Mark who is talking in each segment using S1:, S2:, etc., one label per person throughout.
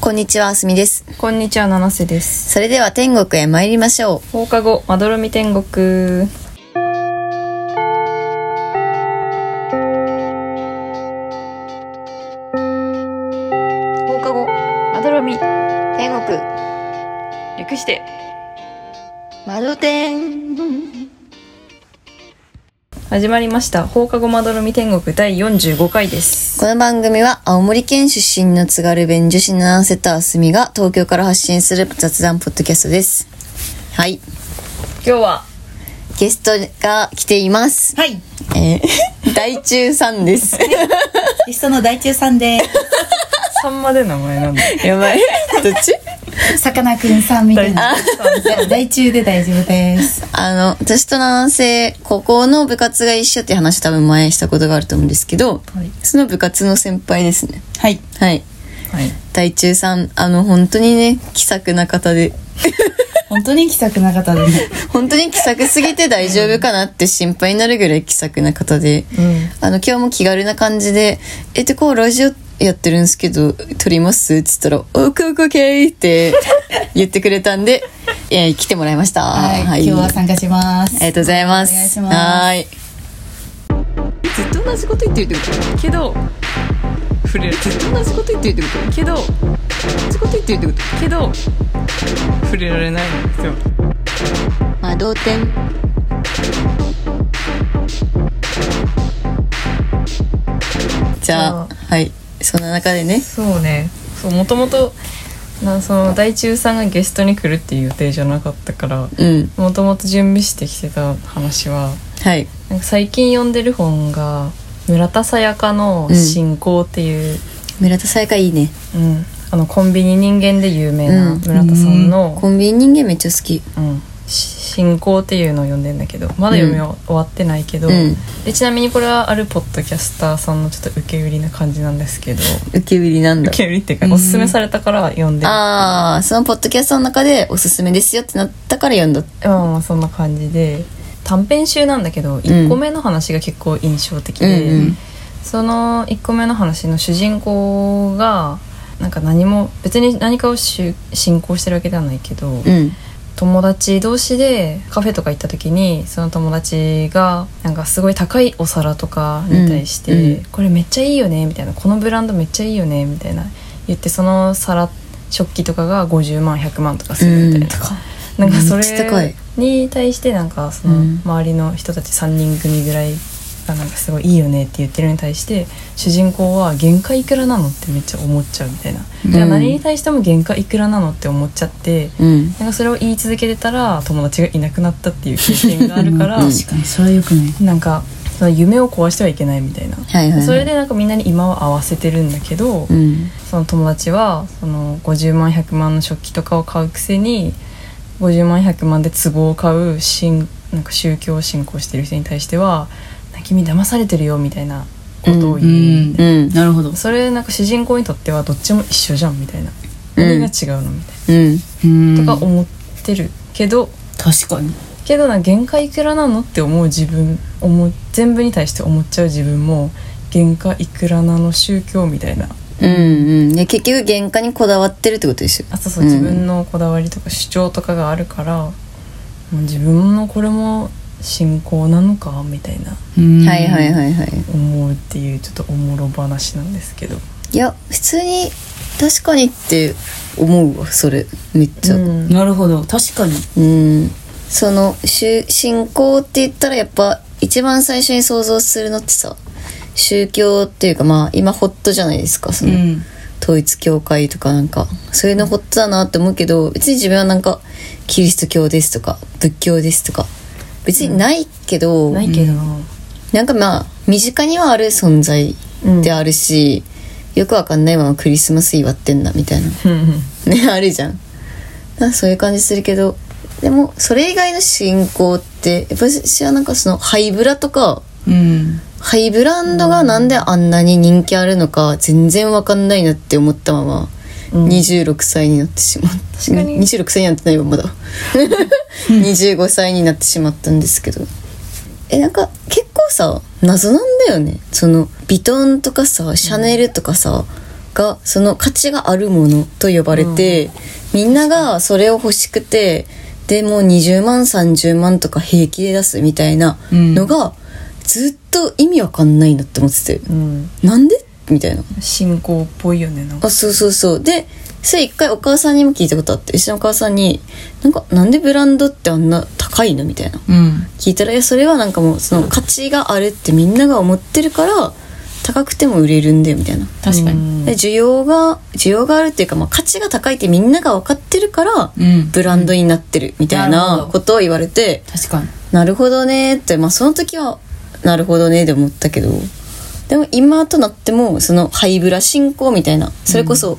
S1: こんにちは、あすみです。
S2: こんにちは七瀬です
S1: それでは天国へ参りましょう。
S2: 放課後まどろみ天国放課後まどろみ
S1: 天国、
S2: 略して
S1: 窓天。
S2: 始まりました放課後まどろみ天国第45回です
S1: この番組は青森県出身の津軽弁女子七瀬とあすみが東京から発信する雑談ポッドキャストです。はい。
S2: 今日は
S1: ゲストが来ています。
S3: はい。
S1: えー、 大中さん です。
S3: ゲストの大中さんで、
S2: さんまで名前なんだ
S1: やばい。どっち
S3: さかなクンさんみた
S2: 大
S3: いな。 大中で大丈夫です。
S1: あの、私と七瀬、高校の部活が一緒って話多分前したことがあると思うんですけど、
S3: はい
S1: その部活の先輩ですね。
S3: はい。
S1: はい。
S2: はい
S1: 大中さん、あの、本当にね、気さくな方で、
S3: 本当に気さくな方でね。
S1: 本当に気さくすぎて大丈夫かなって心配になるぐらい気さくな方で、
S2: うん
S1: あの、今日も気軽な感じで、え、てこう、ラジオやってるんですけど、撮りますって言ったら、おくおくけーって言ってくれたんで、 えー来てもらいました。
S3: はい。今日は参加します。
S1: ありがとうございます。
S3: お願いします
S1: はーい。ずっと同じこと言ってるってこと
S2: けど
S1: 触れる。ずっと同じこと言ってるってこと
S2: けど
S1: 同じこと言ってるってこと
S2: けど触れられないんですよ
S1: まあ、同点。じゃあ、はい。そんな中でね。
S2: そうねそうもともとなその大中さんがゲストに来るっていう予定じゃなかったから
S1: うん。
S2: もともと準備してきてた話は
S1: はい。
S2: なんか最近読んでる本が村田沙耶香の「信仰」っていう、
S1: 村田沙耶香いいね。
S2: うんあのコンビニ人間で有名な
S1: うん
S2: 村田さんの
S1: コンビニ人間めっちゃ好き。
S2: 「うんし信仰」っていうのを読んでんだけどまだ読み終わってないけど、
S1: うん。
S2: でちなみにこれはあるポッドキャスターさんのちょっと受け売りな感じなんですけど
S1: 受け売りなんだ
S2: 受。け売りっていうか、おすすめされたから読んでる
S1: ああ、そのポッドキャストの中でおすすめですよってなったから読んだ。
S2: まあまあそんな感じで短編集なんだけど1個目の話が結構印象的で、
S1: うんうん
S2: その1個目の話の主人公がなんか何も別に何かをし信仰してるわけではないけど、
S1: うん。
S2: 友達同士でカフェとか行った時にその友達がなんかすごい高いお皿とかに対して
S1: うん
S2: 「これめっちゃいいよね」みたいな「このブランドめっちゃいいよね」みたいな言ってその皿食器とかが50万100万とかするみたいな。なんかそ
S1: めっちゃ高
S2: れ
S1: い
S2: に対してなんかその
S1: うん
S2: 周りの人たち3人組ぐらいがなんかすごいいいよねって言ってるのに対して主人公は限界いくらなのってめっちゃ思っちゃうみたいな、
S1: うん
S2: だから何に対しても限界いくらなのって思っちゃって
S1: うん。
S2: なんかそれを言い続けてたら友達がいなくなったっていう経験があるから、
S3: 確かに、それはよくない。
S2: なんかその夢を壊してはいけないみたいな、
S1: はいはいはい。
S2: それでなんかみんなに今は合わせてるんだけど、
S1: うん。
S2: その友達はその50万100万の食器とかを買うくせに50万100万で壺を買う信なんか宗教を信仰してる人に対しては「なんか君騙されてるよ」みたいなことを言う、
S3: うん
S1: うん。
S3: なるほど。
S2: それなんか主人公にとってはどっちも一緒じゃんみたいな
S1: うん
S2: 何が違うのみたい
S1: うん。
S3: うん
S2: な、とか思ってるけど
S3: 確かに。
S2: けどな限界いくらなのって思う自分思う全部に対して思っちゃう自分も限界いくらなの宗教みたいな
S1: うんうん。で、結局、原価にこだわってるってことですよ。
S2: あとそう
S1: うん
S2: 自分のこだわりとか主張とかがあるから、もう自分のこれも信仰なのかみたいな
S1: はいはい
S3: い。
S1: はいはい。
S2: 思うっていうちょっとおもろ話なんですけど、
S1: いや、普通に、確かにって思うわ、それ。めっちゃ。
S2: うん
S3: なるほど。確かに。
S1: うん、その宗信仰って言ったらやっぱ一番最初に想像するのってさ宗教っていうかまあ今ホットじゃないですかその、
S3: ん。
S1: 統一教会とかなんかそういうのホットだなって思うけど別に自分はなんかキリスト教ですとか仏教ですとか別にないけど、
S2: ないけど、
S1: なんかまあ身近にはある存在であるし、よくわかんないままクリスマス祝ってんだみたいなねあるじゃんなんかそういう感じするけどでもそれ以外の信仰ってやっぱ私はなんかそのハイブラとか
S3: うん。
S1: ハイブランドがなんであんなに人気あるのか全然わかんないなって思ったまま、
S2: うん
S1: 26歳になってしまった
S2: 確かに
S1: 26歳になってないわまだ25歳になってしまったんですけどえなんか結構さ謎なんだよねそのビトンとかさシャネルとかさ、がその価値があるものと呼ばれて、みんながそれを欲しくてでもう20万30万とか平気で出すみたいなのが、ずっと意味わかんないなって思ってて
S2: うん
S1: なんでみたいな
S2: 信仰っぽいよねなんか
S1: あそうそうそうでそれ一回お母さんにも聞いたことあってうちのお母さんになんかなんでブランドってあんな高いのみたいな
S3: うん
S1: 聞いたらいやそれはなんかもうその価値があるってみんなが思ってるから高くても売れるんだよみたいな
S3: 確か
S2: う
S3: に
S2: ん
S1: で需要が需要があるっていうか、まあ、価値が高いってみんなが分かってるから
S3: うん
S1: ブランドになってるみたい
S3: なる
S1: な
S3: ほど
S1: ことを言われて、
S3: 確かに
S1: なるほどねって、まあ、その時はなるほどねで思ったけどでも今となってもそのハイブラ進行みたいなそれこそ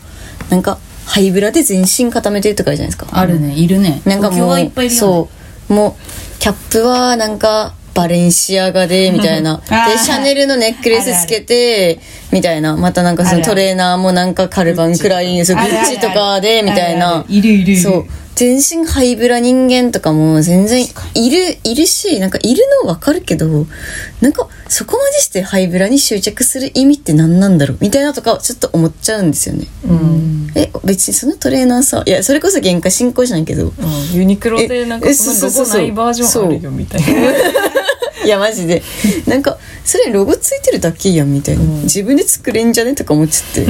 S1: なんかハイブラで全身固めてるとかあるじゃないですか
S3: あるねいるね
S1: なんか
S3: 東京
S1: もう、
S3: はいっぱいいるよね
S1: そうもうキャップはなんかバレンシアガ でみたいなで
S3: あー
S1: シャネルのネックレスつけてみたいなまたなんかそ
S3: ある
S1: の
S3: ある
S1: トレーナーもなんかカルバンクラインそうグ
S3: あるある
S1: ッチとかでみたい
S3: あるあ
S1: な
S3: るいるいるいる
S1: そう全身ハイブラ人間とかも全然いるいるしなんかいるのわかるけどなんかそこまでしてハイブラに執着する意味って何なんだろうみたいなとかちょっと思っちゃうんですよね。
S2: うん、うん
S1: え別にそのトレーナーさいやそれこそ原価進行じゃないけど
S2: ユニクロでなんか
S1: え
S2: その
S1: そう
S2: ロ
S1: そう
S2: ゴ
S1: そう
S2: ないバージョンあるよみたいな。
S1: いやマジでなんかそれロゴついてるだけやんみたいな、
S2: うん
S1: 自分で作れんじゃねとか思っち ゃって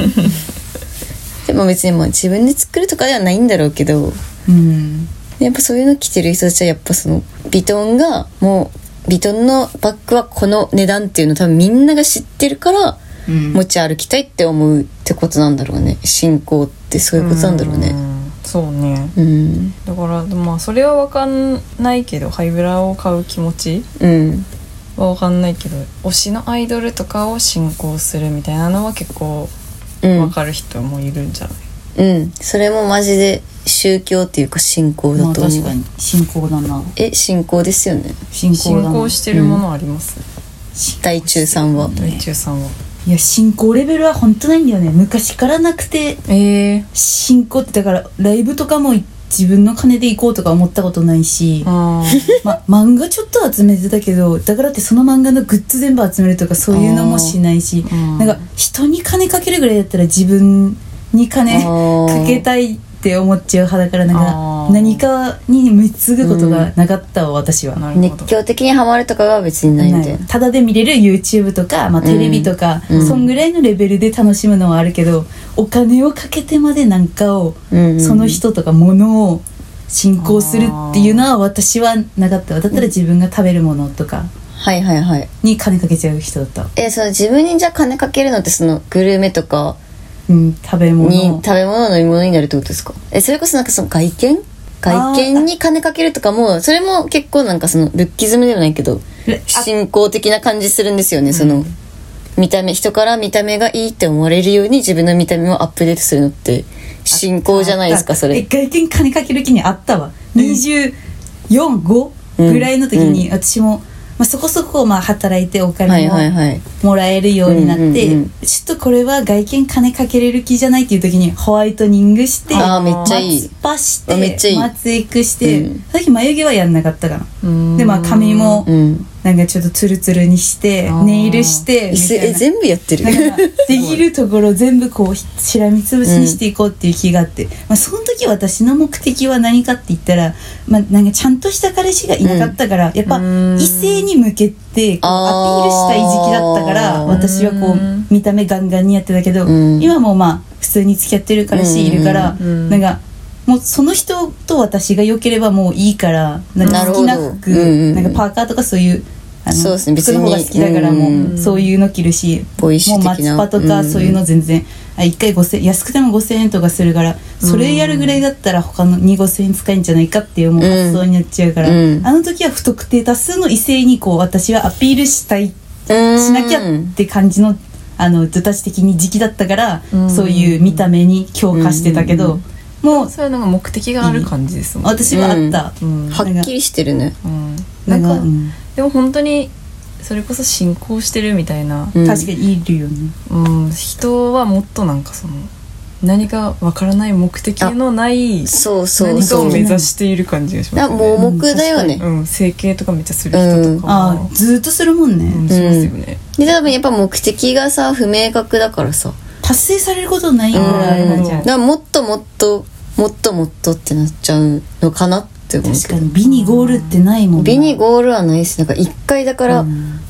S1: でも別にまあ自分で作るとかではないんだろうけど
S3: うん
S1: やっぱそういうの着てる人たちはやっぱそのビトンがもうビトンのバッグはこの値段っていうの多分みんなが知ってるから
S3: うん
S1: 持ち歩きたいって思うってことなんだろうね信仰ってそういうことなんだろうね
S2: ん。そうね。
S1: うん
S2: だからまあそれはわかんないけどハイブラを買う気持ち
S1: うん
S2: はわかんないけど推しのアイドルとかを信仰するみたいなのは結構
S1: うん、
S2: わかる人もいるんじゃな
S1: う
S2: い。
S1: ん、それもマジで宗教っていうか信仰
S3: ま
S1: だ
S3: あ
S1: と思う、
S3: 確かに信仰だな
S1: え信仰ですよね
S3: 信仰
S2: 信
S3: だ
S2: 仰
S3: な
S2: してるものあります。
S3: 信
S1: 大中さんは
S2: 大中さんは。
S3: いや信仰レベルは本当ないんだよね昔からなくて
S2: ええ。
S3: 信仰ってだからライブとかも自分の金で行こうとか思ったことないし、
S2: あ
S3: ま、漫画ちょっと集めてたけどだからってその漫画のグッズ全部集めるとかそういうのもしないし
S2: あ。な
S3: なんか人に金かけるぐらいだったら自分に金か
S1: か
S3: けたいって思っちゃう派だからなん
S2: あ
S3: か
S2: ー
S3: 何かに目つぐことがなかったわ私は。
S2: なるほ
S1: 熱
S2: ど。
S1: 狂的にハマるとかは別にないみたいな
S3: ただで見れる YouTube とか、まあ、テレビとか、
S1: うん
S3: そんぐらいのレベルで楽しむのはあるけどお金をかけてまでなんかを、
S1: うんうん
S3: その人とか物を信仰するっていうのは私はなかったわだったら自分が食べるものとか
S1: はいはいはい
S3: に金かけちゃう人だったわ、
S1: えその自分にじゃあ金かけるのってそのグルメとか
S3: うん、食べ
S1: に
S3: 物
S1: 食べ物飲み物になるってことですかえそれこそなんかその外見外見に金かけるとかもそれも結構なんかそのルッキズムでもないけど
S3: えあ
S1: 信仰的な感じするんですよねその、見た目人から見た目がいいって思われるように自分の見た目をアップデートするのって信仰じゃないですかそ
S3: え
S1: れ
S3: 外見金かける気にあったわ245
S1: うん
S3: ぐらいの時に私も、まあ、そこそこまあ働いてお
S1: は
S3: 金
S1: い
S3: も
S1: はいはい
S3: もらえるようになって、
S1: うんうんうん
S3: ちょっとこれは外見金かけれる気じゃないっていう時にホワイトニングして
S1: あーめっちゃいい
S3: 松葉し
S1: あめってちゃいい
S3: 松エクして、
S1: うん
S3: さっき眉毛はやんなかったかな、
S2: うん
S3: でまあ髪。も
S1: うん
S3: なんかちょっとツルツルにして
S2: あー
S3: ネイルして
S1: え
S3: みたい
S1: え
S3: な
S1: 全部やってる
S3: だから できるところ全部こうしらみつぶしにしていこうっていう気があって、まあ、その時私の目的は何かって言ったら、まあ、なんかちゃんとした彼氏がいなかったから、やっぱ
S2: うん
S3: 異性に向けてこうアピールしたい時期だったから
S1: あー
S3: 私はこ
S2: うん
S3: う見た目ガンガンにやってたけど、
S1: うん
S3: 今もまあ普通に付き合ってる彼氏いるから、
S2: うんうん
S3: なんかもうその人と私が良ければもういいからなんか好き
S1: な
S3: な
S1: るほ
S3: 服
S1: どうんうん
S3: なんかパーカーとかそういう。あの
S1: そうですね別
S3: 服
S1: に
S3: の方が好きだからもう、
S1: うん
S3: そういうの着るし
S1: ボイシ
S3: もう
S1: ュ的
S3: 松
S1: な
S3: 葉とかそういうの全然、あ1回5000安くても5000円とかするからそれやるぐらいだったら他の2 5 0円使えんじゃないかっていうもう発想になっちゃうから、
S1: うん
S3: あの時は不特定多数の異性にこう私はアピールしたいし
S1: うん
S3: なきゃって感じのあの私的に時期だったから、
S2: うん
S3: そういう見た目に強化してたけど、もう
S2: そういうのが目的がある感じですもんね。
S3: 私はあった、
S2: うん
S1: はっきりしてるね
S2: うんな
S3: な
S2: んん
S3: か、
S2: か
S3: うん
S2: でも本当にそれこそ信仰してるみたいな、
S1: うん
S3: 確かにいるよね、
S2: うん、人はもっとなんかその何かわからない目的のない
S1: そうそう
S2: 何か
S1: そ
S2: を
S1: う
S2: 目指している感じがし
S1: な
S2: ますね。
S1: 盲目だよね、
S2: うん、整形とかめっちゃする人とかは、
S3: ああずーっとするもんね、
S2: うんしますよね。
S1: で多分やっぱ目的がさ不明確だからさ
S3: 達成されることないからあれなんじゃん
S1: だからもっともっともっともっとってなっちゃうのかなって思う
S3: 確
S1: け
S3: か
S1: ど
S3: に美にゴールってないもんな
S1: 美にゴールはないしなんか一回だから、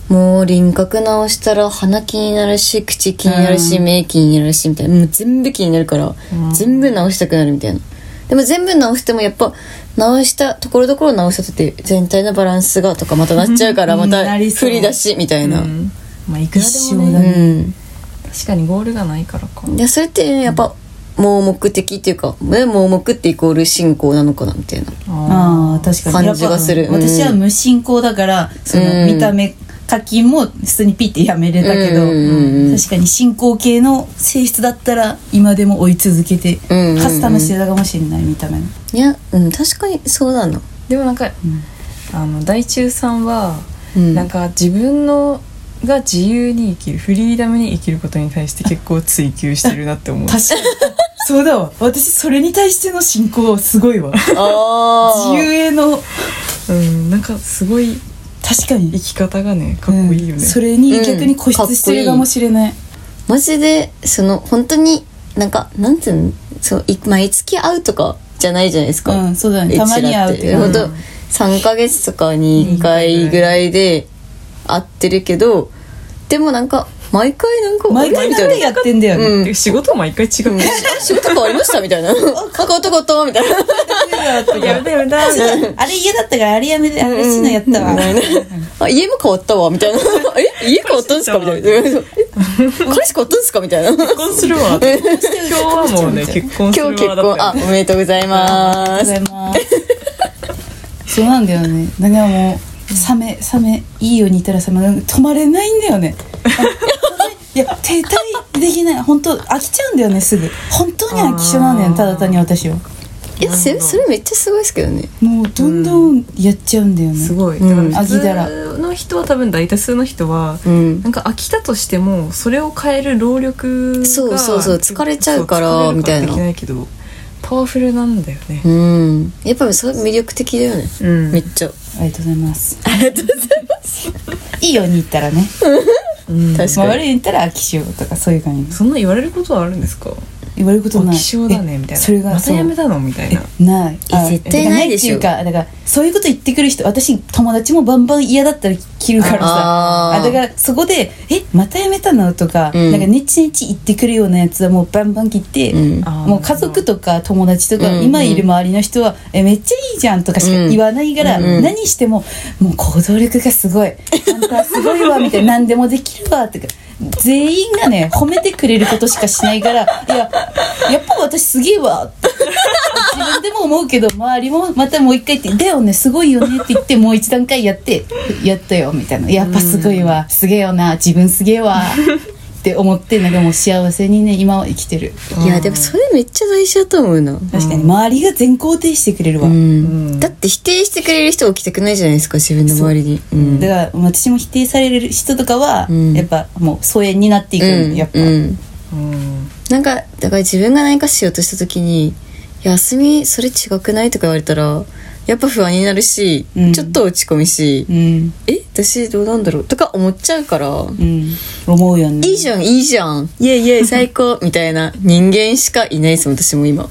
S1: もう輪郭直したら鼻気になるし口気になるし、
S3: うん
S1: 目気になるしみたいなもう全部気になるから、
S2: うん
S1: 全部直したくなるみたいなでも全部直してもやっぱ直したところどころ直したって全体のバランスがとかまたなっちゃうから
S3: うん
S1: また
S3: なりそう
S1: 振り出しみたいな
S2: う
S1: うん、
S2: んまあいくらでも
S3: 一生
S2: ね
S3: だね
S2: 確かにゴールがないからか
S1: でそれってやっぱ盲目的っていうかね盲目ってイコール信仰なのかなみたいな
S3: あー確かに
S1: 感じがする
S3: やっぱ
S1: うん
S3: 私は無進行だからその
S1: うん
S3: 見た目課金も普通にピッてやめれたけど、
S1: うんうんうん
S3: 確かに進行形の性質だったら今でも追い続けて
S1: うんうんうん
S3: カスタムしてたかもしれない見た目の、
S1: いや、うん、確かにそうだな
S2: でもなんかあの大中さんは、
S1: うん
S2: なんか自分のが自由に生きるフリーダムに生きることに対して結構追求してるなって思う
S3: 確かにそうだわ私それに対しての進行すごいわ
S1: あ
S3: 自由への
S2: うんなんかすごい
S3: 確かに
S2: 生き方がねかっこいいよ
S3: う
S2: ね、
S3: んそれに逆に固執してるかもしれない、
S1: マジでその本当になんかなんていうのそうい毎月会うとかじゃないじゃないですか、
S3: うんそうだね
S1: うちら
S3: た
S1: って
S3: まに会うけど
S1: 本
S2: ん
S1: 当3ヶ月とかに1回ぐらいで会ってるけどでもなんか毎回なんか
S3: 毎回
S1: み
S3: 何
S1: た
S3: で
S1: い
S3: や
S1: な
S3: ってんだよね、
S1: うん
S2: で仕事毎回違う、
S1: うん仕事変わりましたみたい なあ変わった変わったみたいな
S2: やめだやめだみたいな
S3: あれ嫌だったからあれやめてあれしなやったわ、
S1: あ家も変わったわみたい なえ家変わったんですかみたいなえ 彼氏変わったんですかみたいな
S2: 結婚するわ今日はもうね結婚する
S1: 今
S2: わ
S1: 日結
S2: だっ
S1: 婚
S2: たよ
S1: あおめでとうござい
S3: ありがとう
S1: ます
S3: ございます。 そうなんだよね。だからもうサメサメいいようにいたらサメなんか止まれないんだよね。 あいや停滞できない。本当飽きちゃうんだよねすぐ。本当に飽き性なんだよね。ただ単に私は。
S1: えせそれめっちゃすごいですけどね
S3: もうどんどんやっちゃうんだよね。
S2: すごい、
S1: うん
S2: だから普通の人は多分大多数の人は、
S1: うん
S2: なんか飽きたとしてもそれを変える労力が
S1: そうそうそう疲れちゃうから
S2: そう疲れる
S1: みたいな
S2: できないけどパワフルなんだよね
S1: うんやっぱそれ魅力的だよね、
S2: うん
S1: めっちゃ
S3: ありがとうございます。ありがとうございます。いいようにいったらね。
S2: うん
S1: 確
S3: まあ
S1: か
S3: 悪
S1: に
S3: いように言ったら飽き性とかそういう感じ。
S2: そんな言われることはあるんですか
S3: 言われること
S2: 飽
S3: ない。
S2: き性だねみたい
S3: え
S2: な
S3: それが
S2: また
S3: そう
S2: やめたのみたいな
S3: ないあ
S1: 絶対ないでしょ
S3: だからないっていうかだからそういうこと言ってくる人私友達もバンバン嫌だったら切るから
S1: あ
S3: さ
S1: ー
S3: あだからそこで「えまたやめたの?」とか、
S1: うん
S3: なんかネチネチ言ってくるようなやつはもうバンバン切って、
S1: うん
S2: あー
S3: もう家族とか友達とか、
S1: うん
S3: 今いる周りの人は「えめっちゃいいじゃん」とかしか言わないから、
S1: うんうん
S3: 何しても「もう行動力がすごい」「あんたすご いわ」みたいな「何でもできるわ」とか全員がね褒めてくれることしかしないから「いややっぱ私すげえわ」って自分でも思うけど周りもまたもう一回言って「だよねすごいよね」って言ってもう一段階やって「やったよ」みたいな「やっぱすごいわすげえよな自分すげえわ」って思ってなんかもう幸せにね今は生きてる。
S1: いやでもそれめっちゃ大事だと思うな
S3: 確かに周りが全肯定してくれるわ、
S1: うん、
S2: ん
S1: だって否定してくれる人起きたくないじゃないですか自分の周りにう、ん、
S3: だから私も否定される人とかは、
S1: うん
S3: やっぱもう疎遠になっていくよね、
S1: うん
S3: やっぱ、
S1: うん
S2: うん
S1: なんかだから自分が何かしようとした時に「休みそれ違くない?」とか言われたらやっぱ不安になるし、
S3: うん
S1: ちょっと落ち込みし「
S3: うん
S1: え私どうなんだろう?」とか思っちゃうから、
S3: うん思うよね
S1: いいじゃんいいじゃんイエイイ エイ最高みたいな人間しかいないです私も今
S2: わ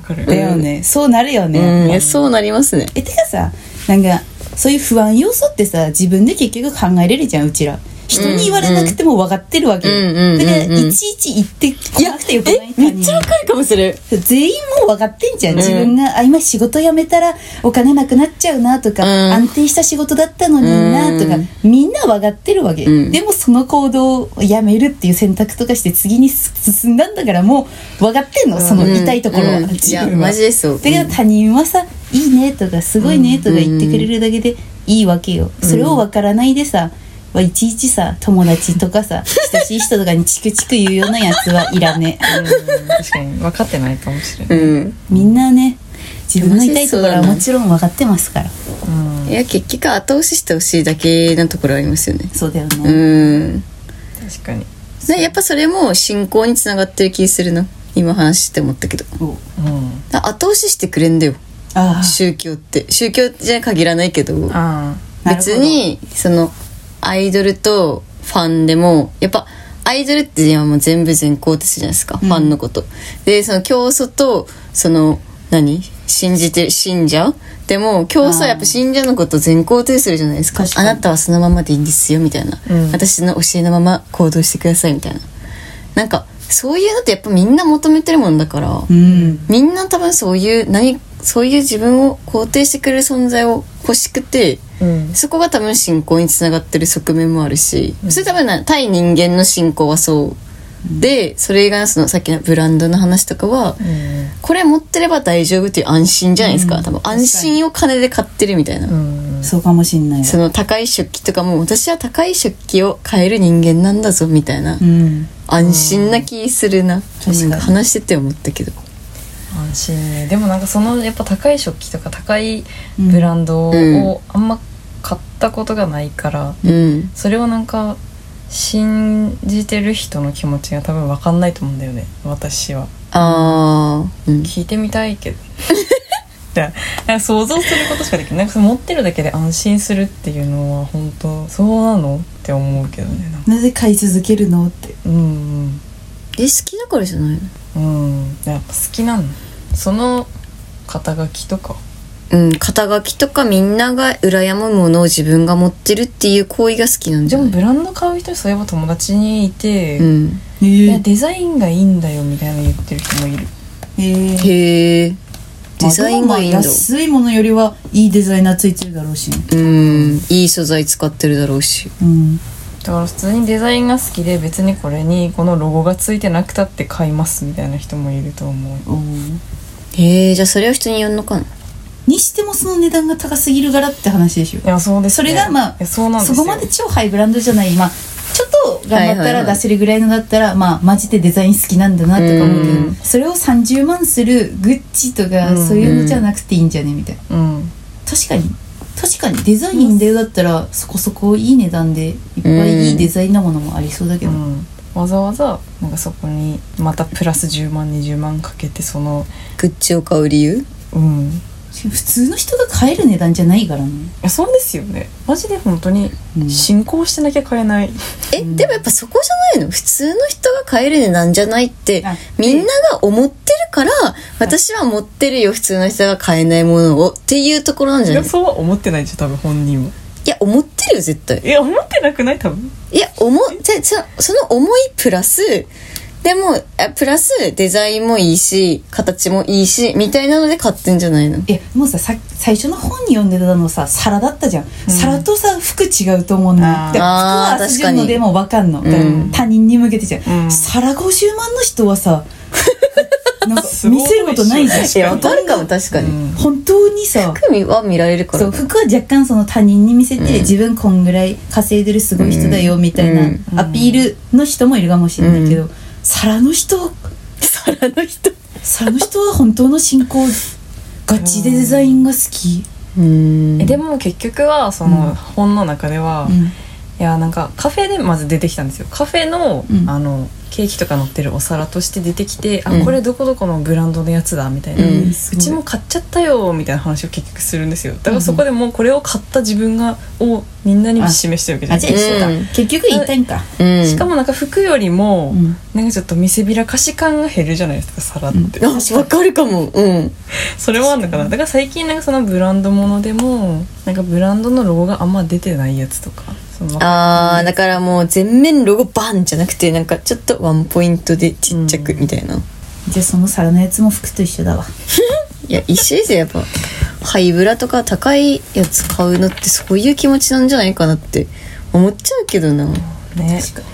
S2: かる
S3: だよね、そうなるよ
S1: う
S3: ね、
S1: んい
S3: やっ
S1: や
S3: ぱ
S1: そうなりますね
S3: えてかさなんかそういう不安要素ってさ自分で結局考えれるじゃんうちら人に言われなくても分かってるわけよ、
S1: うんうん
S3: だから
S1: うんうん
S3: いちいち言ってこなくてよくない
S1: えめっちゃわかるかもしれん
S3: 全員もう分かってんじゃん、
S1: うん
S3: 自分があ今仕事辞めたらお金なくなっちゃうなとか、
S1: うん
S3: 安定した仕事だったのになとか、みんな分かってるわけ、
S1: うん
S3: でもその行動をやめるっていう選択とかして次に進んだんだからもう分かってんのその痛いところは、
S1: うんい
S3: 自
S1: や
S3: 分は
S1: マジでそう
S3: だから他人はさ「いいね」とか「すごいね」とか言ってくれるだけでいいわけよ、それを分からないでさいちいちさ友達とかさ親しい人とかにチクチク言うようなやつはいらねえ
S2: うん確かに分かってないかもしれな
S1: う
S2: い、
S1: ん
S3: みんなね自分の痛いところはもちろん分かってますから
S2: うん
S1: いや結局後押ししてほしいだけなところありますよね
S3: そうだよ
S1: う
S3: ね、
S1: ん
S2: 確かに
S1: ねやっぱそれも信仰につながってる気するな今話して思ったけど
S3: お
S2: うん
S1: だ後押ししてくれんだよ
S3: ああ
S1: 宗教って宗教じゃ限らないけど
S2: ああ
S1: 別にそのアイドルとファンでもやっぱアイドルって今もう全部全肯定するじゃないですか、ファンのことでその教祖とその何信じてる信者でも教祖はやっぱ信者のこと全肯定するじゃないですか
S3: 確か
S1: あ
S3: に
S1: なたはそのままでいいんですよみたいな、
S2: うん
S1: 私の教えのまま行動してくださいみたいななんかそういうのってやっぱみんな求めてるもんだから、
S3: うん
S1: みんな多分そういう何そういう自分を肯定してくれる存在を欲しくて
S2: うん
S1: そこが多分信仰につながってる側面もあるし、それ多分な対人間の信仰はそうでそれ以外のそのさっきのブランドの話とかは、
S2: うん
S1: これ持ってれば大丈夫っていう安心じゃないですか、
S3: うん
S1: 多分安心を金で買ってるみたいな、
S2: うん
S3: そうかもしんない
S1: その高い食器とかも私は高い食器を買える人間なんだぞみたいな、
S3: うん
S1: 安心な気するな,、
S3: かに
S1: なんか話してて思ったけど
S2: 安心ねでもなんかそのやっぱ高い食器とか高いブランドをあんま買ったことがないから、
S1: うん
S2: それをなんか信じてる人の気持ちが多分分かんないと思うんだよね私は
S1: ああうん
S2: 聞いてみたいけどだから想像することしかできないなんかその持ってるだけで安心するっていうのは本当そうなのって思うけどねなんか
S3: なぜ買い続けるのって
S2: うん
S1: え好きだからじゃない
S2: うんうんやっぱ好きなのその肩書きとか
S1: のうん肩書きとかみんなが羨むものを自分が持ってるっていう行為が好きなんじ
S2: で
S1: ゃな
S2: も
S1: い
S2: ブランド買う人にそういえば友達にいて、
S1: うん
S2: い
S3: へ
S2: やデザインがいいんだよみたいなの言ってる人もいる
S3: え
S1: へえデザインがいいんだ
S3: 安いものよりはいいデザイナーついてるだろうしね
S1: うんいい素材使ってるだろうし
S3: うん
S2: だから普通にデザインが好きで別にこれにこのロゴがついてなくたって買いますみたいな人もいると思う
S3: おー
S1: へえじゃあそれは人にやんのかな
S3: にしてもその値段が高すぎるからって話でしょ
S2: いやそうです、
S3: それがまあ
S2: いやそうなんです
S3: そ
S2: よ
S3: こまで超ハイブランドじゃないまあちょっと頑張った
S1: はいは
S3: ら
S1: いはい
S3: 出せるぐらいのだったら、まあマジでデザイン好きなんだなとか思うけ
S2: うん
S3: どそれを30万するグッチとか、
S2: うん
S3: そういうのじゃなくていいんじゃねみたいな
S2: うん
S3: 確かに確かにデザインでだったらそこそこいい値段でいっぱいいいデザインなものもありそうだけ
S2: う
S3: ど、
S2: んわざわざなんかそこにまたプラス10万20万かけてその
S1: グッチを買う理由
S2: うんい
S3: 普通の人が買える値段じゃないからね
S2: やそうですよねマジで本当に
S3: うん
S2: 進行してなきゃ買えない、
S1: え、でもやっぱそこじゃないの普通の人が買える値段じゃないって
S3: あ
S1: みんなが思ってるから私は持ってるよ普通の人が買えないものをっていうところなんじ
S2: い
S1: ゃな
S2: や
S1: い
S2: そうは思ってないでしょ多分本人も
S1: いや思ってるよ絶対
S2: いや思ってなくない多分
S1: いや、思う、てそその思いプラス、でも、あプラスデザインもいいし、形もいいし、みたいなので買ってんじゃないの
S3: えもうささ最初の本に読んでたのさ皿だったじゃん、皿とさ服違うと思うん
S2: あ
S3: だ
S2: ー
S3: で服
S1: あ
S3: は
S1: ー
S3: す
S1: 確か
S3: る
S1: に
S3: のでも分かんの、
S1: ん
S3: 他人に向けてじゃん、
S2: うん
S3: 皿50万の人はさなんか
S2: すごい
S3: 見せることないじゃん
S2: 一緒いやわ
S1: かるかも確かに
S2: うん
S3: 本当にさ
S1: 服見は見られるから
S3: そ う。服は若干その他人に見せて、自分こんぐらい稼いでるすごい人だよみたい
S1: うん
S3: なアピールの人もいるかもしれないけど、皿の人は
S1: 皿の人。
S3: 皿の人は本当の信仰ガチでデザインが好き、
S1: うん。
S2: えでも結局はその本の中では、いやなんかカフェでまず出てきたんですよカフェの,、
S3: うん
S2: あのケーキとか乗ってるお皿として出てきて、
S1: うん
S2: あこれどこどこのブランドのやつだみたいな、
S1: う
S2: うんちも買っちゃったよみたいな話を結局するんですよだからそこでもうこれを買った自分がをみんなに示してるわけじゃ
S3: あ
S2: な
S3: じ
S2: い
S3: ゃあ一緒だ、
S1: うん
S3: 結局言いたいんか
S1: うん。
S2: しかもなんか服よりも、
S3: うん
S2: なんかちょっと見せびらかし感が減るじゃないですか皿って、
S1: あ、わかるかも。うん。
S2: それはあんのかなだから最近なんかそのブランドものでもなんかブランドのロゴがあんま出てないやつとかその
S1: あー、だからもう全面ロゴバンじゃなくて、なんかちょっとワンポイントでちっちゃくみたいな。い
S3: じゃあその皿のやつも服と一緒だわ
S1: や、一緒ですよ、やっぱ。ハイブラとか高いやつ買うのってそういう気持ちなんじゃないかなって思っちゃうけどな。
S2: ね
S3: 確か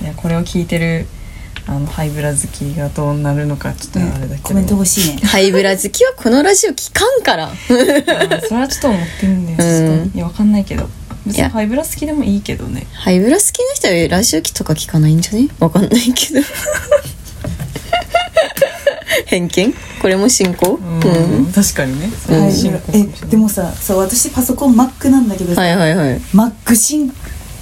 S3: に
S2: いやこれを聞いてるあのハイブラ好きがどうなるのかちょっとあれだけど、
S3: コメント欲しいね
S1: ハイブラ好きはこのラジオ聞かんから。
S2: あそれはちょっと思ってんねちょっといやわかんないけど別
S1: い
S2: に
S1: や
S2: ハイブラ好きでもいいけどね
S1: ハイブラ好きな人はラジオ機とか聞かないんじゃねわかんないけど。偏見これも信仰う
S2: う、
S1: んん。
S2: 確かにねそれ
S3: は
S2: はい進行かもしれない
S3: えでもさそう私パソコン Mac なんだけどさ、
S1: はいはいはい。
S3: Mac 信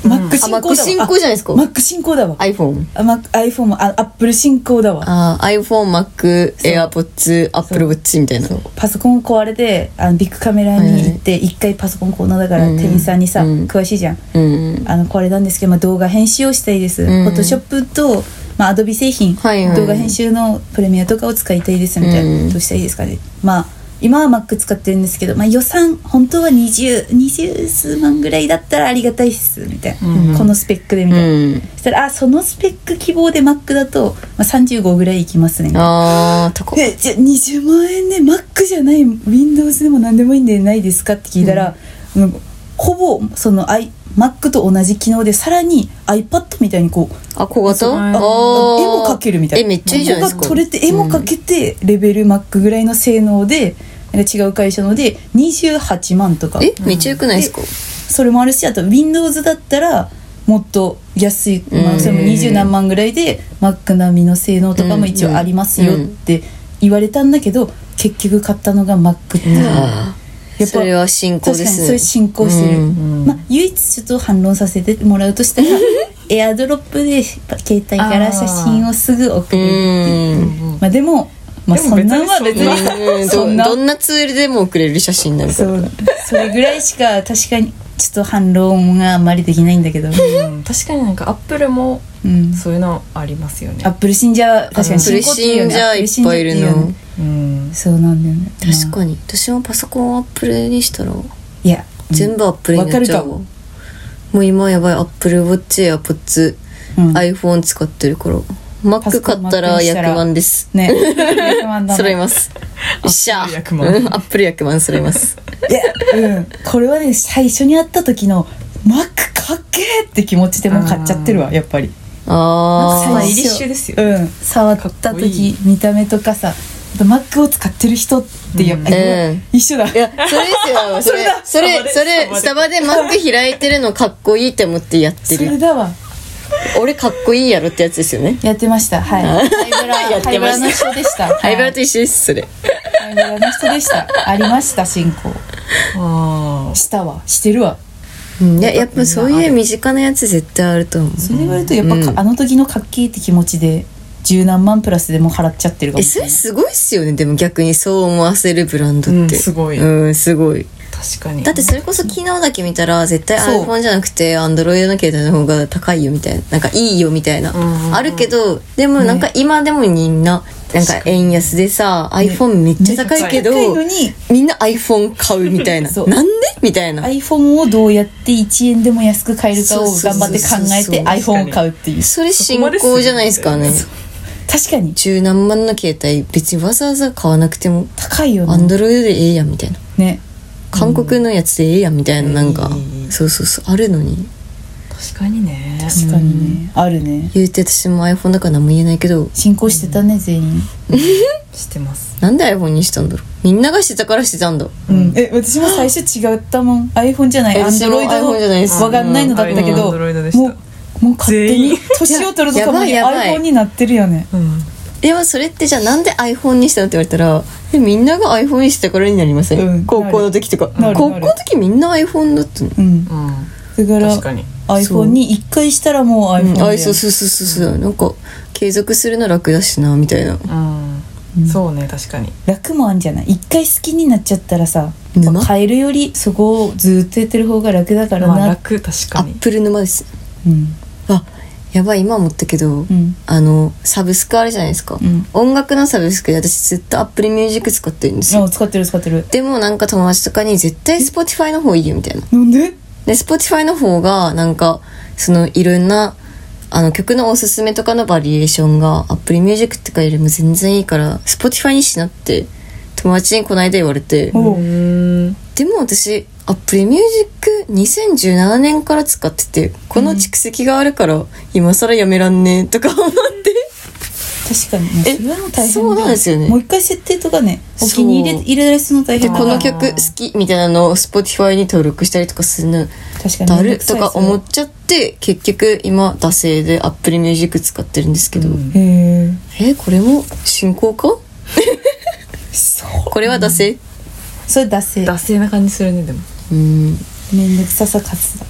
S3: マック
S1: あ
S3: 進
S1: マッ
S3: 行
S1: ク進
S3: だわ
S1: 行じゃないですか
S3: あマック進行だわ
S1: iPhone
S3: あマック iPhone もあアップル進行だわ
S1: あー iPhone、Mac、
S3: そう
S1: AirPods、Apple Watch みたいな。
S3: パソコン壊れてあのビッグカメラに行って一回パソコンコーナーだから
S1: うん
S3: 店員さんにさ
S1: うん
S3: 詳しいじゃん
S1: うん。
S3: あのこれなんですけど、まあ、動画編集をしたいです、
S1: ん
S3: フォトショップと、まあ、アドビ製品、
S1: はいはい
S3: 動画編集のプレミアとかを使いたいですみたいな、
S1: うん
S3: どうしたらいいですかねまあ今は Mac 使ってるんですけど、まあ、予算本当は2020数万ぐらいだったらありがたいっすみたいな、
S2: うん
S3: このスペックでみ
S1: う
S3: たいな、
S1: ん。
S3: そしたらあそのスペック希望で Mac だと、まあ、35ぐらいいきますね
S1: あー、高っ。
S3: えじゃあ20万円で Mac じゃない Windows でも何でもいいんでないですかって聞いたら、もうほぼその i Mac と同じ機能でさらに iPad みたいにこう
S1: あ、小型
S2: そう
S1: あ
S3: あ絵
S1: ー
S3: も描けるみたいな
S1: え、めっちゃいいじゃないです
S3: こ
S1: か。
S3: こが取れて絵も描けて、レベル Mac ぐらいの性能でなんか違う会社ので28万とか
S1: え、めっちゃ良くないですか
S3: それもあるしあと Windows だったらもっと安い、ま
S1: う
S3: あ、
S1: ん
S3: それも20何万ぐらいで Mac 並みの性能とかも一応ありますよって言われたんだけど結局買ったのが Mac っていう
S1: あーそれは進行
S3: 確
S1: で
S3: かに
S1: すね。
S3: それ進行してる、
S1: うん
S2: ん
S3: まあ、唯一ちょっと反論させてもらう としたらエアドロップで携帯から写真をすぐ送
S1: う
S3: る
S1: ん。
S3: まあでも、まあ、
S2: でも
S3: そんなんは別
S2: 別に
S3: に
S1: うん
S3: そ
S1: ど
S3: んな
S1: どんなツールでも送れる写真になるから
S3: そうそれぐらいしか確かにちょっと反論があんまりできないんだけど、
S2: うん確かになんかアップルも
S3: うん、
S2: そういうのありますよね
S3: アップル信者は確かに
S1: プレ
S3: 信仰って
S1: シ
S3: いうよ
S1: ン
S3: ね
S1: じゃあいっぱいいる
S3: アップル信者ってう
S1: の
S3: ね
S2: うん
S3: そうなんだよね
S1: 確
S3: に
S1: かに私もパソコンをアップルにしたら
S3: いや
S1: 全部アップルになっちゃう
S3: わ
S1: わもう今やばいアップルウォッチや AirPods、
S3: うん
S1: iPhone 使ってるから
S3: パ
S1: Mac
S3: ソコ
S1: 買
S3: ン
S1: ったら
S3: Mac にしたら
S1: 100万です
S3: ね100万だな
S1: 揃いますよっしゃア
S2: Apple 100万
S1: ップル100万揃います
S3: いや、うん、これはね最初に会った時のマックかっけーって気持ちでもう買っちゃってるわやっぱり
S1: あー
S2: まあ一緒ですよ
S3: うん触った
S2: かっこいい
S3: 時見た目とかさマックを使ってる人ってやっぱり、
S1: うん
S3: 一緒だ
S1: いやそれですよ それそれそれス
S2: スタ
S1: タバで Mac 開いてるのかっこいいって思ってやって
S3: そ
S1: るや
S3: れ
S1: ん
S3: だわ
S1: 俺かっこいいやろってやつですよね
S3: やってましたはい ハイブラ
S1: やってました
S3: ハイブラの人でした
S1: ハイブラと
S3: はい
S1: 一緒ですそれ
S3: ハイブラの人でしたありました進行
S2: あー
S3: したわしてるわ
S1: うんいややっぱそういう身近なやつ絶対あると思う
S3: それ言われるとやっぱ、
S1: うん
S3: あの時のかっけーって気持ちで十何万プラスでもう払っちゃってるかも
S1: え
S3: し
S1: そ
S3: れ
S1: れ
S3: ない
S1: すごいっすよねでも逆にそう思わせるブランドって、
S2: うんすごい
S1: うんすごい
S2: 確かに
S1: だってそれこそ機能だけ見たら絶対
S3: そう
S1: iPhone じゃなくて Android の携帯の方が高いよみたいななんかいいよみたいな、
S2: うんうん
S1: あるけどでもなんか今でもみんな、なんか円安でさ iPhone めっちゃ高いけど、
S3: 高いのに
S1: みんな iPhone 買うみたいな
S3: そう
S1: なんでみたいな
S3: iPhone をどうやって1円でも安く買えるかを
S1: そうそう
S3: 頑張って考え
S1: そうそうそう
S3: て iPhone を買うっていう
S1: それ進行じゃないですかね
S2: そ
S3: 確かに
S1: 十何万の携帯別にわざわざ買わなくても
S3: 高いよ
S1: アン
S3: ね
S1: ドロイドでええやんみたいな
S3: ね
S1: 韓国のやつでええやんみたいななんか、
S2: うん
S1: そうそうそうあるのに
S2: 確かにね
S3: 確かにねあるね
S1: 言うて私も iPhone だから何も言えないけど
S3: 進行してたね全員
S2: してます
S1: なんで iPhone にしたんだろうみんながしてたからしてたんだ
S3: うんえ私も最初違ったもん iPhone じゃない
S1: 私も
S3: Android
S1: iPhone じゃないです
S3: のわかんないのだったけど
S2: うん Android でした
S3: もうもう勝手
S2: 全
S3: に
S2: 員
S3: 年を取るとともに
S1: ややばいやばい
S3: iPhone になってるよね
S2: うん
S1: でもそれってじゃあなんで iPhone にしたのって言われたらえみんなが iPhone にしてたからになりません、
S3: うん
S1: 高校の時とか
S3: なる
S1: 高校の時みんな iPhone だったの
S3: うん
S2: うん
S3: だから
S2: 確かに
S3: iPhone に一回したらもう
S1: うん
S3: iPhone だよ
S1: あいそうそうそうそうそうなんか継続するの楽だしなみたいな
S2: うん、そうね確かに
S3: 楽もあんじゃない一回好きになっちゃったらさ
S1: 沼
S3: 変えるよりそこをずっとやってる方が楽だから
S2: まあ
S3: な
S2: 楽確
S1: ア
S2: かに
S1: ップル沼です
S3: うん
S1: あやばい今思ったけど、
S3: うん
S1: あのサブスクあるじゃないですか、
S3: うん
S1: 音楽のサブスクで私ずっと Apple Music 使ってるんですよ
S3: あ使ってる使ってる
S1: でもなんか友達とかに絶対 Spotify の方いいよみたいな
S3: なんで
S1: で Spotify の方がなんかそのいろんなあの曲のおすすめとかのバリエーションが Apple Music とかよりも全然いいから Spotify にしなって友達にこの間言われて
S3: お
S2: うーん
S1: でも私 Apple Music2017 年から使っててこの蓄積があるから今更やめらんねえとか思って、
S3: 確かにね
S1: え
S3: それはもう大変だ
S1: そうなんですよね
S3: もう一回設定とかね
S1: そ
S3: お
S1: う
S3: 気に入り入れられすの大
S1: で
S3: 変だ
S1: この曲好きみたいなのを Spotify に登録したりとかするの
S3: 確かに
S1: だるとか思っちゃって結局今惰性で Apple Music 使ってるんですけど、
S2: うん
S3: へえ
S1: えこれも進行か
S3: そう
S1: これは惰性
S3: それ惰性
S2: 惰性な感じするねでも
S1: うん
S3: めんどくささ勝つだ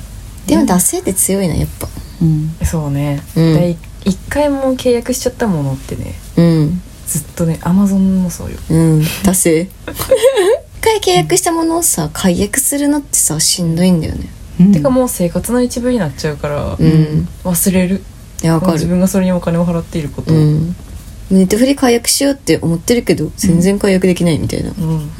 S1: でも惰性って強いなやっぱ
S3: うん
S2: そうね、
S1: うん
S2: 第一回も契約しちゃったものってね
S1: うん
S2: ずっとねアマゾンもそうよ
S1: うん惰性一回契約したものをさ解約するのってさしんどいんだよね
S3: うん
S2: てかもう生活の一部になっちゃうか
S1: う
S2: ら、
S1: ん
S2: 忘れる
S1: いやわか
S2: 自
S1: る
S2: 分がそれにお金を払っていること
S1: う、んネットフリ解約しようって思ってるけど全然解約できないみたいな、
S2: うん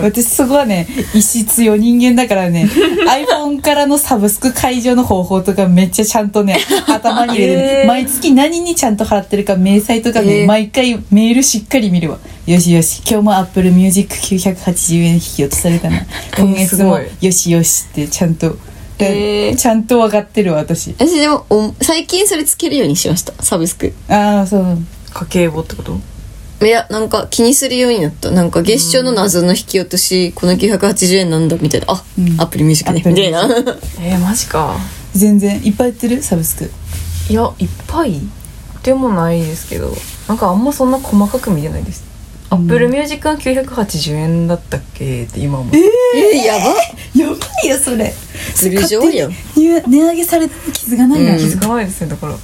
S3: 私そこはね意志強い人間だからね iPhone からのサブスク解除の方法とかめっちゃちゃんとね頭に入れてる、
S2: えー
S3: 毎月何にちゃんと払ってるか明細とかね、
S1: えー
S3: 毎回メールしっかり見るわよしよし今日も AppleMusic980 円引き落とされたな今月も
S2: すご
S3: よしよしってちゃんと、
S1: えー
S3: ちゃんと分かってるわ私
S1: 私でもお最近それつけるようにしましたサブスク
S3: ああそう
S2: 家計簿ってこと
S1: いやなんか気にするようになったなんか月賞の謎の引き落としこの980円なんだみたいなあ、
S3: うん
S1: アプリミュージックねみたいな
S2: えー、マジか
S3: 全然いっぱいやってるサブスク
S2: いやいっぱいでもないですけどなんかあんまそんな細かく見てないですアップルミュージックは980円だったっけって今思って、
S1: え やば
S3: やばいよそれ
S1: ブルジョーやん
S3: 勝手に値上げされても傷がないな、
S1: うん
S2: 気づかないですねだから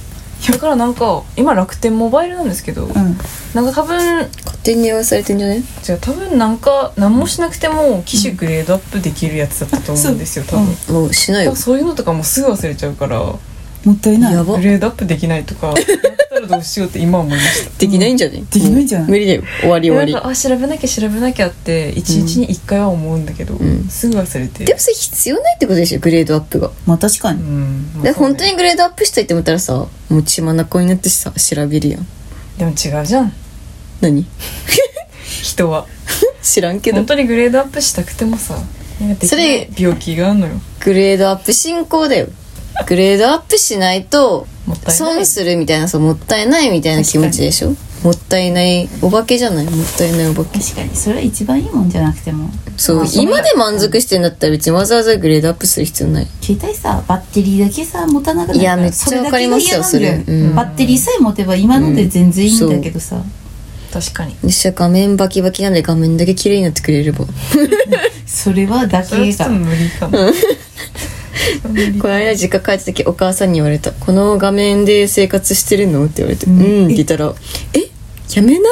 S2: だからなんか今楽天モバイルなんですけど、
S3: うん
S2: なんか多分
S1: 勝手に値上げされてんじゃね
S2: じゃあ多分なんか何もしなくても機種グレードアップできるやつだったと思うんですよ多分、
S3: うん
S1: もうしない
S2: 多
S1: よ
S2: 分そういうのとかもすぐ忘れちゃうから
S3: もったいない
S1: やば
S2: グレードアップできないとかやったらどうしようって今思いました
S1: できないんじゃね
S3: できないんじゃない
S1: もう無理だよ終わり
S2: な
S1: 終
S2: ん
S1: わ
S2: かあ調べなきゃ調べなきゃって一日に1回は思うんだけど、
S1: ん
S2: すぐ忘れて
S1: りでもそれ必要ないってことでしょグレードアップが
S3: まあ確か
S2: う
S3: に。
S2: んまあ
S1: で
S2: そうね
S1: 本当にグレードアップしたいって思ったらさもう血まなこになってさ調べるやん
S2: でも違うじゃん
S1: 何
S2: 人は
S1: 知らんけど
S2: 本当にグレードアップしたくてもさなんかでき
S1: そ
S2: な
S1: れ
S2: い病気があるのよ
S1: グレードアップ進行だよグレードアップしないと
S2: もったいない
S1: 損するみたいなさもったいないみたいな気持ちでしょもったいないお化けじゃないもったいないお化け
S3: 確かに。それは一番いいもんじゃなくても。
S1: そう
S3: まあ
S1: 今で満足してんだったらうちわざわざグレードアップする必要ない
S3: 携帯さ、バッテリーだけさ、持たなくなるから
S1: いやめっちゃわかりますよ
S3: それだけが嫌なんだ
S1: それうん
S3: バッテリーさえ持てば今ので全然いいんだけどさ。
S2: 確かに
S1: よっしゃ画面バキバキなんで画面だけ綺麗になってくれればこ
S3: それはだ
S2: それ
S3: け
S2: はちょっ
S3: が
S2: と。無理かな
S1: の間実家帰った時お母さんに言われた「この画面で生活してるの?」って言われて「うん」って言ったら「えやめな?」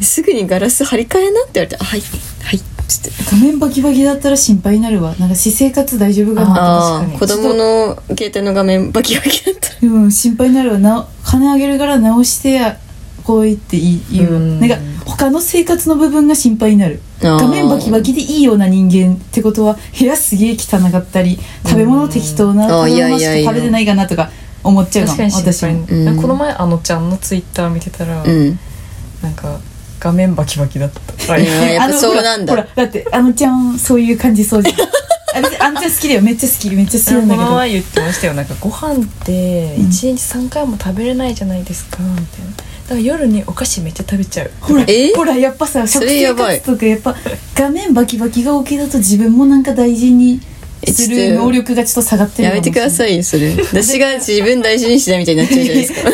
S1: すぐにガラス張り替えなって言われて「あはいはい」っつって
S3: 画面バキバキだったら心配になるわ。なんか私生活大丈夫かな
S2: あ
S1: あ
S2: ー
S1: あ子供の携帯の画面バキバキだった
S3: でも心配になるわ。な金あげるから直してや。こう言っていい言うわ。
S2: うん
S3: なんか他の生活の部分が心配になる。
S1: あー
S3: 画面バキバキでいいような人間ってことは部屋すげえ汚かったり食べ物適当な
S1: うんあ
S3: 食
S1: い
S3: べ
S1: や
S3: 物
S1: い
S3: し
S1: や
S3: か
S1: いや
S3: 食べてないかなとか思っちゃうか
S2: 確か
S3: も
S2: に心
S3: 私
S2: 配
S3: も
S1: うん
S2: この前あのちゃんのツイッター見てたら、
S1: うん
S2: なんか画面バキバキだった、
S1: いややっぱそうなんだ
S3: ほらほらだってあのちゃんそういう感じそう じゃんあ別にあのちゃん好きだよめっちゃ好きめっちゃ好き
S2: でも
S3: なんだ
S2: こ
S3: け
S2: の
S3: ど
S2: 前言ってましたよなんかご飯って1
S3: うん
S2: 日3回も食べれないじゃないですかみたいなだから夜にお菓子めっちゃ食べちゃう
S3: ほら
S1: え
S3: ほらやっぱさ
S1: そ
S3: 食
S1: れや
S3: 生
S1: ばい
S3: 活とかやっぱ画面バキバキが OK だと自分もなんか大事に
S1: え
S3: す
S1: ちょっ
S3: る
S1: と
S3: 能力がちょっと下がってる
S1: やめてくだ
S3: い
S1: さいよそ れ私が自分大事にしないみたいになっちゃうじゃないですか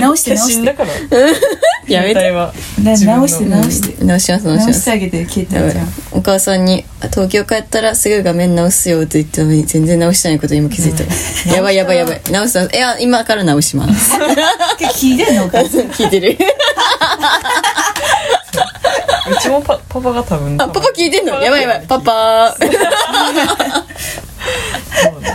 S3: 直して直
S2: 写
S3: し
S2: 真
S3: て
S2: だから
S1: やめて
S2: 携帯は
S3: な
S2: 自分の
S3: 直して直して
S1: 直します直し
S3: 直
S1: ま
S3: し
S1: す
S3: てあげて携
S1: やば
S3: 帯
S1: い
S3: ちゃん
S1: お母さんに「東京帰ったらすぐ画面直すよ」って言ったのに全然直してないことに今気づいた、やばいやばいやばい直す直すいや今から直します
S3: 聞いてんのお母さん
S1: 聞いてる
S2: うちもパパパが多分
S1: あパパ聞いてんのやばいやばいパパ
S2: そうだ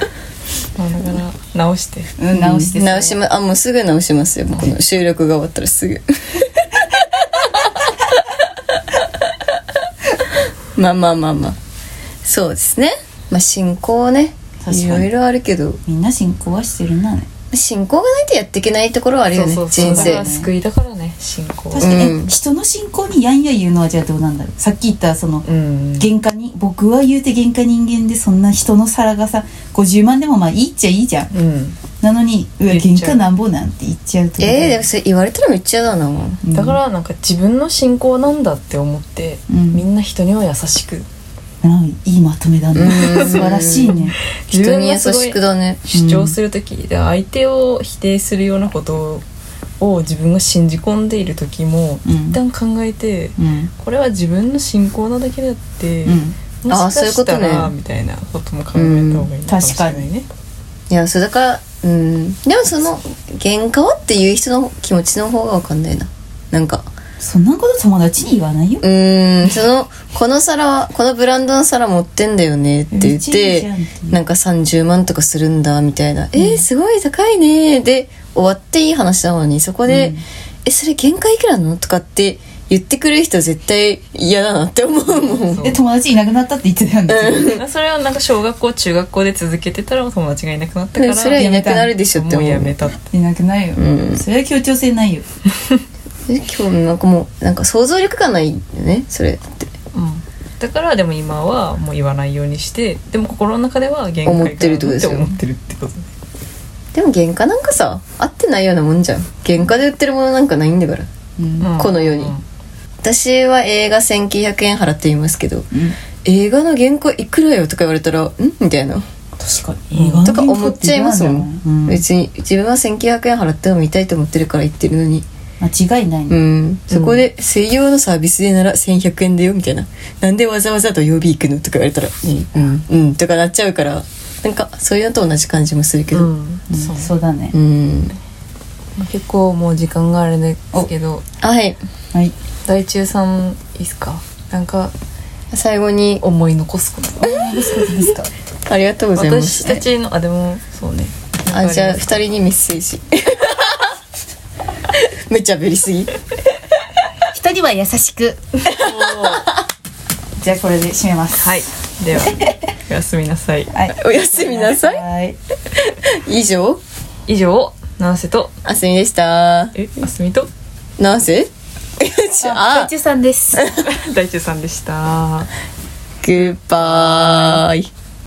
S2: まあだから直して
S3: うん、直してそれ
S1: 直しまあもうすぐ直しますよこの収録が終わったらすぐまあまあまあまあそうですねまあ進行ね
S3: 確か
S1: い
S3: に
S1: ろいろあるけど
S3: みんな進行はしてるなね
S1: 進行がないとやっていけないところはあるよね
S2: そうそうそう
S1: 人
S2: だ
S1: 生
S2: から救いだからね信仰
S3: 確かに、
S1: うん
S3: え人の進行にやんや言うのはじゃあどうなんだろうさっき言ったその
S2: うん
S3: 原価に僕は言うて原価人間でそんな人の皿がさ50万でもまあいいっちゃいいじゃん
S2: うん
S3: なのに「うわ
S2: 言っちゃ
S3: 原
S2: う
S3: 価なんぼなん」て言っちゃうと
S1: えー、でもそれ言われたらめっちゃ嫌だな
S3: うん
S2: だからなんか自分の信仰なんだって思って、
S3: うん
S2: みんな人には優しく
S3: うんいいまとめだね
S1: うん
S3: 素晴らしいね
S1: 人に優しく
S2: 自分が
S1: だね
S2: すごい主張する時、で相手を否定するようなことを自分が信じ込んでいる時も、
S3: う
S2: 一
S3: ん
S2: 旦考えて
S3: うん
S2: これは自分の信仰なだけであって、
S3: うん
S1: あ
S2: も
S1: ー
S2: しかした
S1: そういうこと
S2: ら
S1: ね
S2: みたいなことも考えた方がいいのかもしれないね、
S1: いやそれだからうんでもその喧嘩はっていう人の気持ちの方が分かんないななんか
S3: そんなこと友達に言わないよ
S1: うーんそのこの皿このブランドの皿持ってんだよねって言っ
S3: めっちゃいいじ
S1: て
S3: ゃんって
S1: なんか30万とかするんだみたいな、えー、すごい高いねで終わっていい話なのにそこで「えそれ限界いくらなの?」とかって言ってくる人絶対嫌だなって思うもん
S2: そう
S3: で友達いなくなったって言ってたんです よ、
S2: それはなんか小学校中学校で続けてたら友達がいなくなったか
S1: で
S2: ら
S1: それはいなくなるでしょって
S2: もう
S1: 思う
S2: やめたって
S3: いなくないよ、
S1: うん
S3: それは協調性ないよ
S1: え今日なんかもうなんか想像力がないよねそれって
S2: だからでも今はもう言わないようにしてでも心の中では限界
S1: 思ってるってことですよ
S2: かなって思ってるってこと
S1: でも原価なんかさ合ってないようなもんじゃん原価で売ってるものなんかないんだから
S3: うん
S2: うん
S1: この世に
S2: うん
S1: 私は映画1900円払っていますけど
S3: うん
S1: 映画の原価いくらよとか言われたらんみたいな
S3: 確か
S2: うん
S3: に映画の
S1: とか思っちゃいますもん、
S3: 原稿って言わない
S1: 別に自分は1900円払っても見たいと思ってるから言ってるのに
S3: 間違いないね、
S1: うんそこで専用のサービスでなら1100円だよみたいななんでわざわざ土曜日行くのとか言われたらうんうん、うん、とかなっちゃうからなんかそういうのと同じ感じもするけど
S2: うん
S3: うん
S2: そ
S3: そううだね、
S1: うん
S2: 結構もう時間があれですけど
S1: はい
S3: はい
S2: 大中さんいいっすかなんか
S1: 最後に
S2: 思い残すこと
S3: ですか
S1: ありがとうございま
S2: 私
S1: した
S2: ちのあでもそうね
S1: たあじゃあ2人にメッセージ めちゃぶりすぎ
S3: 一人は優しくじゃあこれで締めます
S2: はいではおやすみなさい
S3: はい
S1: おやすみなさい
S3: はい
S1: 以上
S2: 以上七瀬と
S1: あすみでした
S2: えあすみと
S1: なん せあ
S3: 大中さんです
S2: 大中さんでした
S1: グッバイ